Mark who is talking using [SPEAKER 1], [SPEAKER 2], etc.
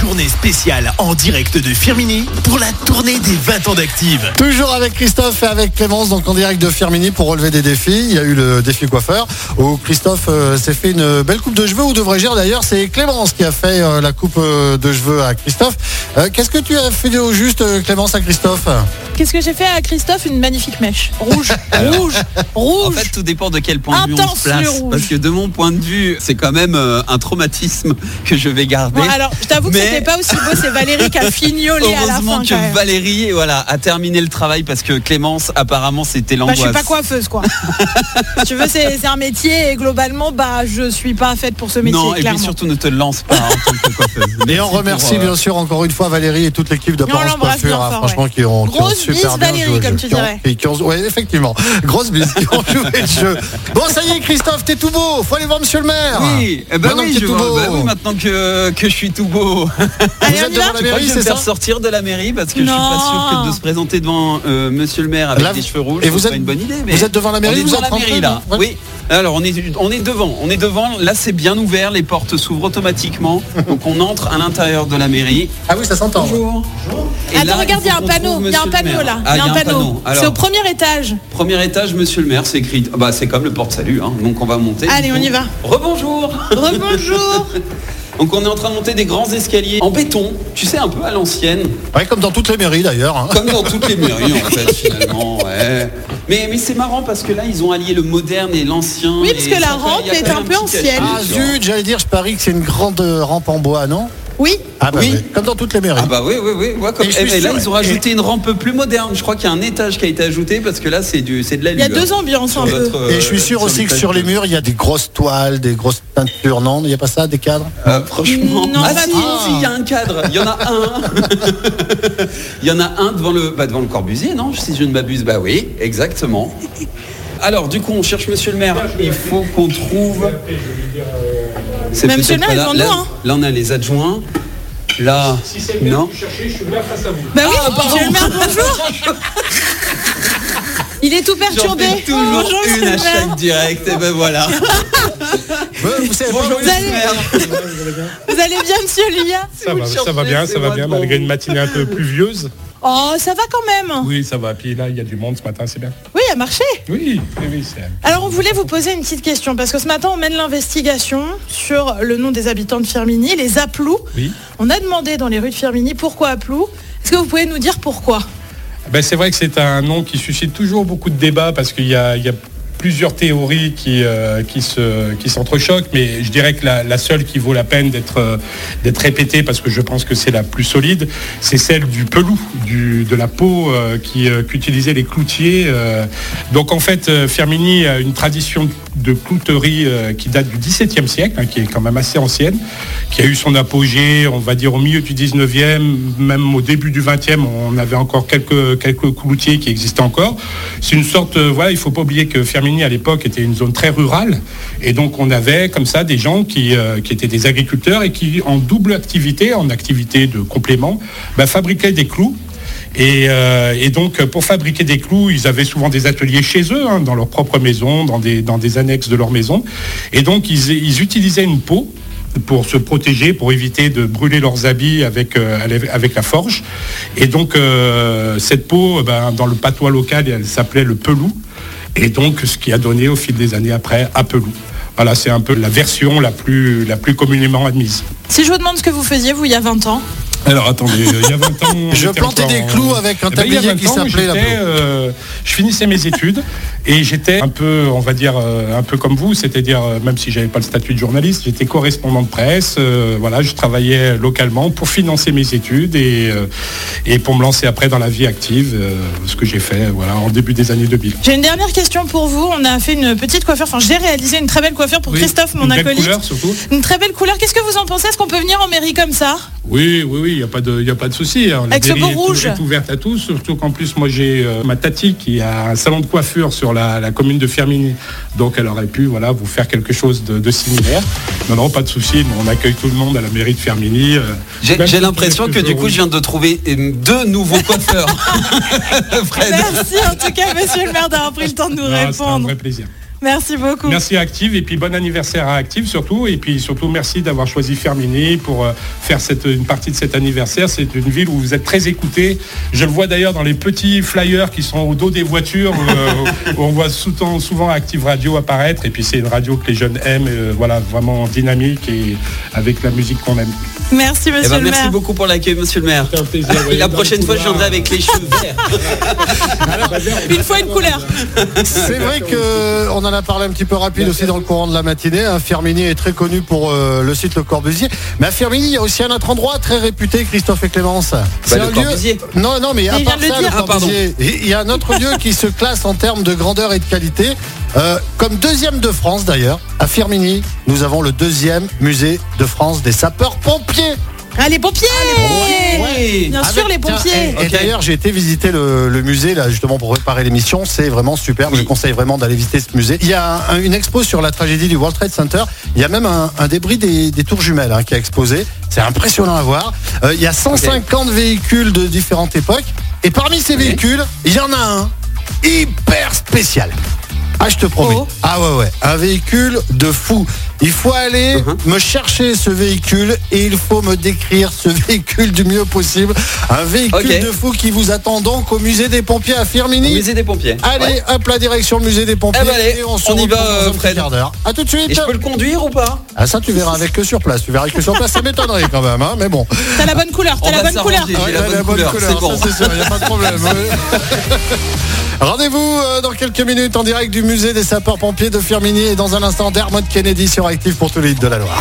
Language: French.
[SPEAKER 1] journée spéciale en direct de Firmini pour la tournée des 20 ans d'Active.
[SPEAKER 2] Toujours avec Christophe et avec Clémence, donc en direct de Firmini pour relever des défis. Il y a eu le défi coiffeur où Christophe euh, s'est fait une belle coupe de cheveux, ou devrais-je dire d'ailleurs, c'est Clémence qui a fait euh, la coupe euh, de cheveux à Christophe. Euh, Qu'est-ce que tu as fait au juste, euh, Clémence, à Christophe
[SPEAKER 3] Qu'est-ce que j'ai fait à Christophe Une magnifique mèche. Rouge, rouge,
[SPEAKER 4] En
[SPEAKER 3] rouge.
[SPEAKER 4] fait, tout dépend de quel point de vue on
[SPEAKER 3] Intense
[SPEAKER 4] se
[SPEAKER 3] le
[SPEAKER 4] place.
[SPEAKER 3] rouge.
[SPEAKER 4] Parce que de mon point de vue, c'est quand même euh, un traumatisme que je vais garder.
[SPEAKER 3] Bon, alors, je t'avoue que
[SPEAKER 4] mais-
[SPEAKER 3] c'était pas aussi beau, c'est Valérie qui a fignolé à la fin.
[SPEAKER 4] Heureusement
[SPEAKER 3] quand même.
[SPEAKER 4] que Valérie voilà, a terminé le travail parce que Clémence, apparemment, c'était
[SPEAKER 3] Bah,
[SPEAKER 4] l'angoisse.
[SPEAKER 3] je suis pas coiffeuse quoi. Si tu veux, c'est c'est un métier et globalement, bah, je suis pas faite pour ce métier.
[SPEAKER 4] non, et puis
[SPEAKER 3] clairement.
[SPEAKER 4] surtout ne te lance pas en tant que coiffeuse.
[SPEAKER 2] Et on
[SPEAKER 4] Merci pour,
[SPEAKER 2] remercie
[SPEAKER 4] euh,
[SPEAKER 2] bien sûr encore une fois Valérie et toute l'équipe de
[SPEAKER 3] on
[SPEAKER 2] Parents
[SPEAKER 3] l'embrasse
[SPEAKER 2] Coiffure,
[SPEAKER 3] bien
[SPEAKER 2] hein,
[SPEAKER 3] fort,
[SPEAKER 2] franchement, qui ont, qui ont
[SPEAKER 3] Grosse
[SPEAKER 2] super
[SPEAKER 3] bise,
[SPEAKER 2] bien
[SPEAKER 3] Valérie,
[SPEAKER 2] joué le
[SPEAKER 3] comme
[SPEAKER 2] jeu,
[SPEAKER 3] tu
[SPEAKER 2] qui ont-
[SPEAKER 3] dirais.
[SPEAKER 2] qui- qui ont- ouais, effectivement. Grosse bise qui ont joué le jeu. Bon, ça y est, Christophe, t'es tout beau. Faut aller voir Monsieur le Maire.
[SPEAKER 4] Oui, eh ben
[SPEAKER 2] Maintenant
[SPEAKER 4] oui,
[SPEAKER 2] que t'es
[SPEAKER 4] je
[SPEAKER 2] tout
[SPEAKER 4] vois-
[SPEAKER 2] beau.
[SPEAKER 4] bah oui, maintenant que, que je suis tout beau.
[SPEAKER 3] Allez,
[SPEAKER 2] Vous
[SPEAKER 3] on
[SPEAKER 2] êtes
[SPEAKER 3] y va
[SPEAKER 2] devant la mairie,
[SPEAKER 4] je vais
[SPEAKER 2] c'est
[SPEAKER 4] me
[SPEAKER 2] ça
[SPEAKER 4] faire sortir de la mairie parce que je suis
[SPEAKER 3] Non.
[SPEAKER 4] pas sûr que de se présenter devant euh, Monsieur le maire avec
[SPEAKER 2] Là,
[SPEAKER 4] des cheveux rouges,
[SPEAKER 2] et vous
[SPEAKER 4] c'est
[SPEAKER 2] êtes-
[SPEAKER 4] pas une bonne idée. Mais
[SPEAKER 2] vous êtes devant la mairie,
[SPEAKER 4] on est
[SPEAKER 2] vous
[SPEAKER 4] devant
[SPEAKER 2] êtes
[SPEAKER 4] la
[SPEAKER 2] rentré,
[SPEAKER 4] mairie là.
[SPEAKER 2] ouais.
[SPEAKER 4] Oui. Alors on est on est devant, on est devant. Là c'est bien ouvert, les portes s'ouvrent automatiquement, donc on entre à l'intérieur de la mairie.
[SPEAKER 2] Ah oui, ça s'entend.
[SPEAKER 4] Bonjour. Et là,
[SPEAKER 3] Attends, regarde, il y a
[SPEAKER 4] faut
[SPEAKER 3] un
[SPEAKER 4] qu'on
[SPEAKER 3] panneau.
[SPEAKER 4] trouve
[SPEAKER 3] Il y a un
[SPEAKER 4] monsieur le maire.
[SPEAKER 3] panneau là.
[SPEAKER 4] Ah,
[SPEAKER 3] Il y a un panneau. C'est au
[SPEAKER 4] Alors,
[SPEAKER 3] premier étage.
[SPEAKER 4] premier étage, Monsieur le maire, c'est écrit. Ah, Bah c'est comme le porte-salut, hein. donc on va monter.
[SPEAKER 3] Allez, on y va.
[SPEAKER 4] Rebonjour.
[SPEAKER 3] Rebonjour.
[SPEAKER 4] Donc on est en train de monter des grands escaliers en béton, tu sais, un peu à l'ancienne,
[SPEAKER 2] Ouais, comme dans toutes les mairies d'ailleurs. hein.
[SPEAKER 4] comme dans toutes les mairies en fait finalement. ouais. Mais, mais c'est marrant parce que là ils ont allié le moderne et l'ancien.
[SPEAKER 3] Oui, parce
[SPEAKER 4] et
[SPEAKER 3] que la
[SPEAKER 4] ça fait-
[SPEAKER 3] rampe
[SPEAKER 4] il y a
[SPEAKER 3] est
[SPEAKER 4] quand
[SPEAKER 3] un
[SPEAKER 4] même
[SPEAKER 3] peu
[SPEAKER 4] petit cachet,
[SPEAKER 3] ancienne.
[SPEAKER 2] Ah
[SPEAKER 4] tu vois.
[SPEAKER 2] zut, j'allais dire, je parie que c'est une grande euh, rampe en bois, non
[SPEAKER 3] Oui.
[SPEAKER 2] Ah bah
[SPEAKER 4] Oui.
[SPEAKER 2] comme dans toutes les mairies.
[SPEAKER 4] Ah bah oui, oui, oui. ouais, comme-
[SPEAKER 2] Et
[SPEAKER 4] eh
[SPEAKER 2] je
[SPEAKER 4] ben,
[SPEAKER 2] suis
[SPEAKER 4] là
[SPEAKER 2] sûr,
[SPEAKER 4] ils ont
[SPEAKER 2] ouais.
[SPEAKER 4] rajouté une rampe plus moderne. Je crois qu'il y a un étage qui a été ajouté parce que là c'est du, c'est de la
[SPEAKER 3] Il y a deux ambiances un peu.
[SPEAKER 4] euh,
[SPEAKER 2] Et je suis sûr aussi que sur les murs, il y a des grosses toiles, des grosses peintures, non Il n'y a pas ça, des cadres
[SPEAKER 4] franchement,
[SPEAKER 3] Non,
[SPEAKER 4] ah,
[SPEAKER 3] pas
[SPEAKER 4] si,
[SPEAKER 3] trop.
[SPEAKER 4] si, il y a un cadre, il y en a un. il y en a un devant le, bah, devant le Corbusier, non Si je ne m'abuse, bah oui, exactement. Alors, du coup, on cherche Monsieur le maire. Il faut qu'on trouve. C'est
[SPEAKER 3] Mais monsieur le
[SPEAKER 4] peut-être
[SPEAKER 3] maire,
[SPEAKER 4] pas
[SPEAKER 3] ils
[SPEAKER 4] là.
[SPEAKER 3] en ont
[SPEAKER 4] Là-
[SPEAKER 3] un.
[SPEAKER 4] Là, on a les adjoints. Là, non.
[SPEAKER 3] Bah oui,
[SPEAKER 4] Ah,
[SPEAKER 3] monsieur le maire, bonjour. Il est tout
[SPEAKER 4] J'en
[SPEAKER 3] perturbé.
[SPEAKER 4] fais toujours
[SPEAKER 3] Oh, Bonjour, monsieur
[SPEAKER 4] une
[SPEAKER 3] le
[SPEAKER 4] à
[SPEAKER 3] maire.
[SPEAKER 4] chaque direct. Et ben voilà.
[SPEAKER 2] Ouais, vous savez pas
[SPEAKER 4] Bonjour,
[SPEAKER 2] où-
[SPEAKER 4] Monsieur le maire.
[SPEAKER 3] Vous allez bien, monsieur Lia
[SPEAKER 5] Ça
[SPEAKER 4] Vous
[SPEAKER 5] va,
[SPEAKER 4] le
[SPEAKER 5] ça va
[SPEAKER 4] cherchez,
[SPEAKER 5] bien,
[SPEAKER 4] c'est
[SPEAKER 5] ça va bien,
[SPEAKER 4] vraiment
[SPEAKER 5] malgré
[SPEAKER 4] bon.
[SPEAKER 5] une matinée un peu pluvieuse.
[SPEAKER 3] Oh, ça va quand même.
[SPEAKER 5] Oui, ça va. Puis là, il y a du monde ce matin, c'est bien.
[SPEAKER 3] Oui, à marché.
[SPEAKER 5] Oui, oui, oui, c'est-
[SPEAKER 3] Alors on voulait vous poser une petite question parce que ce matin on mène l'investigation sur le nom des habitants de Firmini, les Aplous.
[SPEAKER 5] oui.
[SPEAKER 3] On a demandé dans les rues de Firmini pourquoi Aplous. Est-ce que vous pouvez nous dire pourquoi
[SPEAKER 5] Ben, c'est vrai que c'est un nom qui suscite toujours beaucoup de débats parce qu'il y a, il y a plusieurs théories qui, euh, qui, se, qui s'entrechoquent, mais je dirais que la, la seule qui vaut la peine d'être, euh, d'être répétée, parce que je pense que c'est la plus solide, c'est celle du pelou, du, de la peau euh, qui, euh, qu'utilisaient les cloutiers. euh. Donc en fait, euh, Firmini a une tradition de clouterie euh, qui date du XVIIe siècle, hein, qui est quand même assez ancienne, qui a eu son apogée, on va dire, au milieu du 19e, même au début du 20e, on avait encore quelques, quelques cloutiers qui existaient encore. C'est une sorte, euh, voilà, il ne faut pas oublier que Firminy, à l'époque, était une zone très rurale. Et donc, on avait comme ça des gens qui, euh, qui étaient des agriculteurs et qui, en double activité, en activité de complément, bah, fabriquaient des clous. Et, euh, et donc, pour fabriquer des clous, ils avaient souvent des ateliers chez eux, hein, dans leur propre maison, dans des, dans des annexes de leur maison. Et donc, ils, ils utilisaient une peau pour se protéger, pour éviter de brûler leurs habits avec, euh, avec la forge. Et donc, euh, cette peau, euh, ben, dans le patois local, elle s'appelait le pelou. Et donc, ce qui a donné au fil des années après, à pelou. Voilà, c'est un peu la version la plus, la plus communément admise.
[SPEAKER 3] Si je vous demande ce que vous faisiez vous il y a 20 ans,
[SPEAKER 5] Alors attendez, euh, il y a 20 ans. on
[SPEAKER 2] Je
[SPEAKER 5] était
[SPEAKER 2] plantais
[SPEAKER 5] encore
[SPEAKER 2] des
[SPEAKER 5] en-
[SPEAKER 2] clous avec un
[SPEAKER 5] Eh ben, il y a
[SPEAKER 2] tablier qui
[SPEAKER 5] 20 ans,
[SPEAKER 2] s'appelait la
[SPEAKER 5] j'étais,
[SPEAKER 2] peau.
[SPEAKER 5] euh, je finissais mes études et j'étais un peu, on va dire, euh, un peu comme vous, c'est-à-dire, euh, même si j'avais pas le statut de journaliste, j'étais correspondant de presse. euh, voilà, je travaillais localement pour financer mes études et, euh, et pour me lancer après dans la vie active, euh, ce que j'ai fait voilà, en début des années 2000.
[SPEAKER 3] j'ai une dernière question pour vous. On a fait une petite coiffure, enfin j'ai réalisé une très belle coiffure pour
[SPEAKER 5] Oui,
[SPEAKER 3] Christophe, mon
[SPEAKER 5] une belle
[SPEAKER 3] acolyte.
[SPEAKER 5] couleur, surtout.
[SPEAKER 3] Une très belle couleur. Qu'est-ce que vous en pensez Est-ce qu'on peut venir en mairie comme ça
[SPEAKER 5] Oui, oui, oui, il n'y a pas de, y a pas de souci. hein. La
[SPEAKER 3] Avec ce
[SPEAKER 5] mairie
[SPEAKER 3] beau
[SPEAKER 5] est tout-
[SPEAKER 3] rouge.
[SPEAKER 5] est ouverte à tous, surtout qu'en plus, moi, j'ai euh, ma tati qui a un salon de coiffure sur la, la commune de Firminy. Donc, elle aurait pu, voilà, vous faire quelque chose de, de similaire. Non, non, pas de souci. nous, On accueille tout le monde à la mairie de Firminy. euh,
[SPEAKER 4] J'ai
[SPEAKER 5] même
[SPEAKER 4] j'ai
[SPEAKER 5] si-
[SPEAKER 4] l'impression que du coup, je viens de trouver euh, deux nouveaux coiffeurs. Fred. Eh ben,
[SPEAKER 3] Merci en tout cas monsieur le maire d'avoir pris le temps de nous
[SPEAKER 5] Eh ben. Non, c'était Ah, un
[SPEAKER 3] répondre.
[SPEAKER 5] vrai plaisir.
[SPEAKER 3] Merci beaucoup.
[SPEAKER 5] Merci à Active et puis bon anniversaire à Active surtout. Et puis surtout merci d'avoir choisi Fermini pour euh, faire cette, une partie de cet anniversaire. C'est une ville où vous êtes très écoutés. Je le vois d'ailleurs dans les petits flyers qui sont au dos des voitures. euh, où on voit souvent, souvent Active Radio apparaître. Et puis c'est une radio que les jeunes aiment. euh, voilà, vraiment dynamique et avec la musique qu'on aime.
[SPEAKER 3] Merci,
[SPEAKER 4] Eh
[SPEAKER 3] monsieur
[SPEAKER 4] ben,
[SPEAKER 3] le
[SPEAKER 4] merci
[SPEAKER 3] maire.
[SPEAKER 4] beaucoup pour l'accueil, monsieur le maire.
[SPEAKER 5] C'était un plaisir, oui,
[SPEAKER 4] La
[SPEAKER 5] dans
[SPEAKER 4] prochaine
[SPEAKER 5] le
[SPEAKER 4] fois, je
[SPEAKER 5] couloir.
[SPEAKER 4] viendrai avec les cheveux verts.
[SPEAKER 3] Une fois une couleur.
[SPEAKER 2] C'est vrai que on en a parlé un petit peu rapide aussi dans le courant de la matinée. hein. Firmini est très connu pour euh, le site Le Corbusier. Mais à Firmini, il y a aussi un autre endroit très réputé, Christophe et Clémence.
[SPEAKER 4] Bah, Le Corbusier.
[SPEAKER 2] Non, non, mais à
[SPEAKER 3] Il
[SPEAKER 2] part
[SPEAKER 3] vient de
[SPEAKER 2] ça,
[SPEAKER 3] le
[SPEAKER 2] le
[SPEAKER 3] dire.
[SPEAKER 4] Ah, pardon.
[SPEAKER 2] Corbusier, il y a un autre lieu qui se classe en termes de grandeur et de qualité. Euh, comme deuxième de France d'ailleurs, à Firmini, nous avons le deuxième musée de France des sapeurs-pompiers.
[SPEAKER 3] Ah, les pompiers
[SPEAKER 4] pompiers.
[SPEAKER 3] Bien
[SPEAKER 2] Avec-
[SPEAKER 3] sûr, les
[SPEAKER 2] tiens, eh,
[SPEAKER 3] pompiers.
[SPEAKER 2] Et, et
[SPEAKER 4] Ok.
[SPEAKER 2] d'ailleurs, j'ai été visiter le, le musée là justement pour préparer l'émission. C'est vraiment superbe. Je
[SPEAKER 4] Oui.
[SPEAKER 2] conseille vraiment d'aller visiter ce musée. Il y a un- une expo sur la tragédie du World Trade Center. Il y a même un, un débris des, des tours jumelles hein, qui est exposé. C'est impressionnant à voir. Euh, il y a 150 véhicules de différentes époques. Et parmi ces véhicules, il y en a un hyper spécial. Ah, je te promets.
[SPEAKER 3] Oh.
[SPEAKER 2] Ah ouais, ouais. Un véhicule de fou. Il faut aller
[SPEAKER 4] Mhm.
[SPEAKER 2] me chercher ce véhicule et il faut me décrire ce véhicule du mieux possible. Un véhicule
[SPEAKER 4] Ok.
[SPEAKER 2] de fou qui vous attend donc au musée des pompiers à
[SPEAKER 4] Au
[SPEAKER 2] Firmini.
[SPEAKER 4] musée des pompiers.
[SPEAKER 2] Allez,
[SPEAKER 4] Ouais.
[SPEAKER 2] hop, la direction le musée des pompiers.
[SPEAKER 4] Eh ben allez,
[SPEAKER 2] et on se
[SPEAKER 4] on y
[SPEAKER 2] retrouve
[SPEAKER 4] va,
[SPEAKER 2] dans un
[SPEAKER 4] euh,
[SPEAKER 2] petit
[SPEAKER 4] Fred.
[SPEAKER 2] quart d'heure. À tout de
[SPEAKER 4] Et
[SPEAKER 2] suite.
[SPEAKER 4] je peux le conduire ou pas
[SPEAKER 2] Ah, ça, tu verras avec que sur place. Tu verras avec que sur place. Ça m'étonnerait quand même, hein, mais bon.
[SPEAKER 3] T'as la bonne couleur,
[SPEAKER 4] On
[SPEAKER 3] t'as la
[SPEAKER 4] va
[SPEAKER 3] bonne couleur.
[SPEAKER 2] Ah,
[SPEAKER 4] s'arranger. J'ai la bonne couleur, c'est bon.
[SPEAKER 2] ça, c'est sûr, y a pas de problème. Rendez-vous euh, dans quelques minutes en direct du musée des sapeurs-pompiers de Firmini et dans un instant d'Hermod Kennedy sur Active pour tous les hits de la Loire.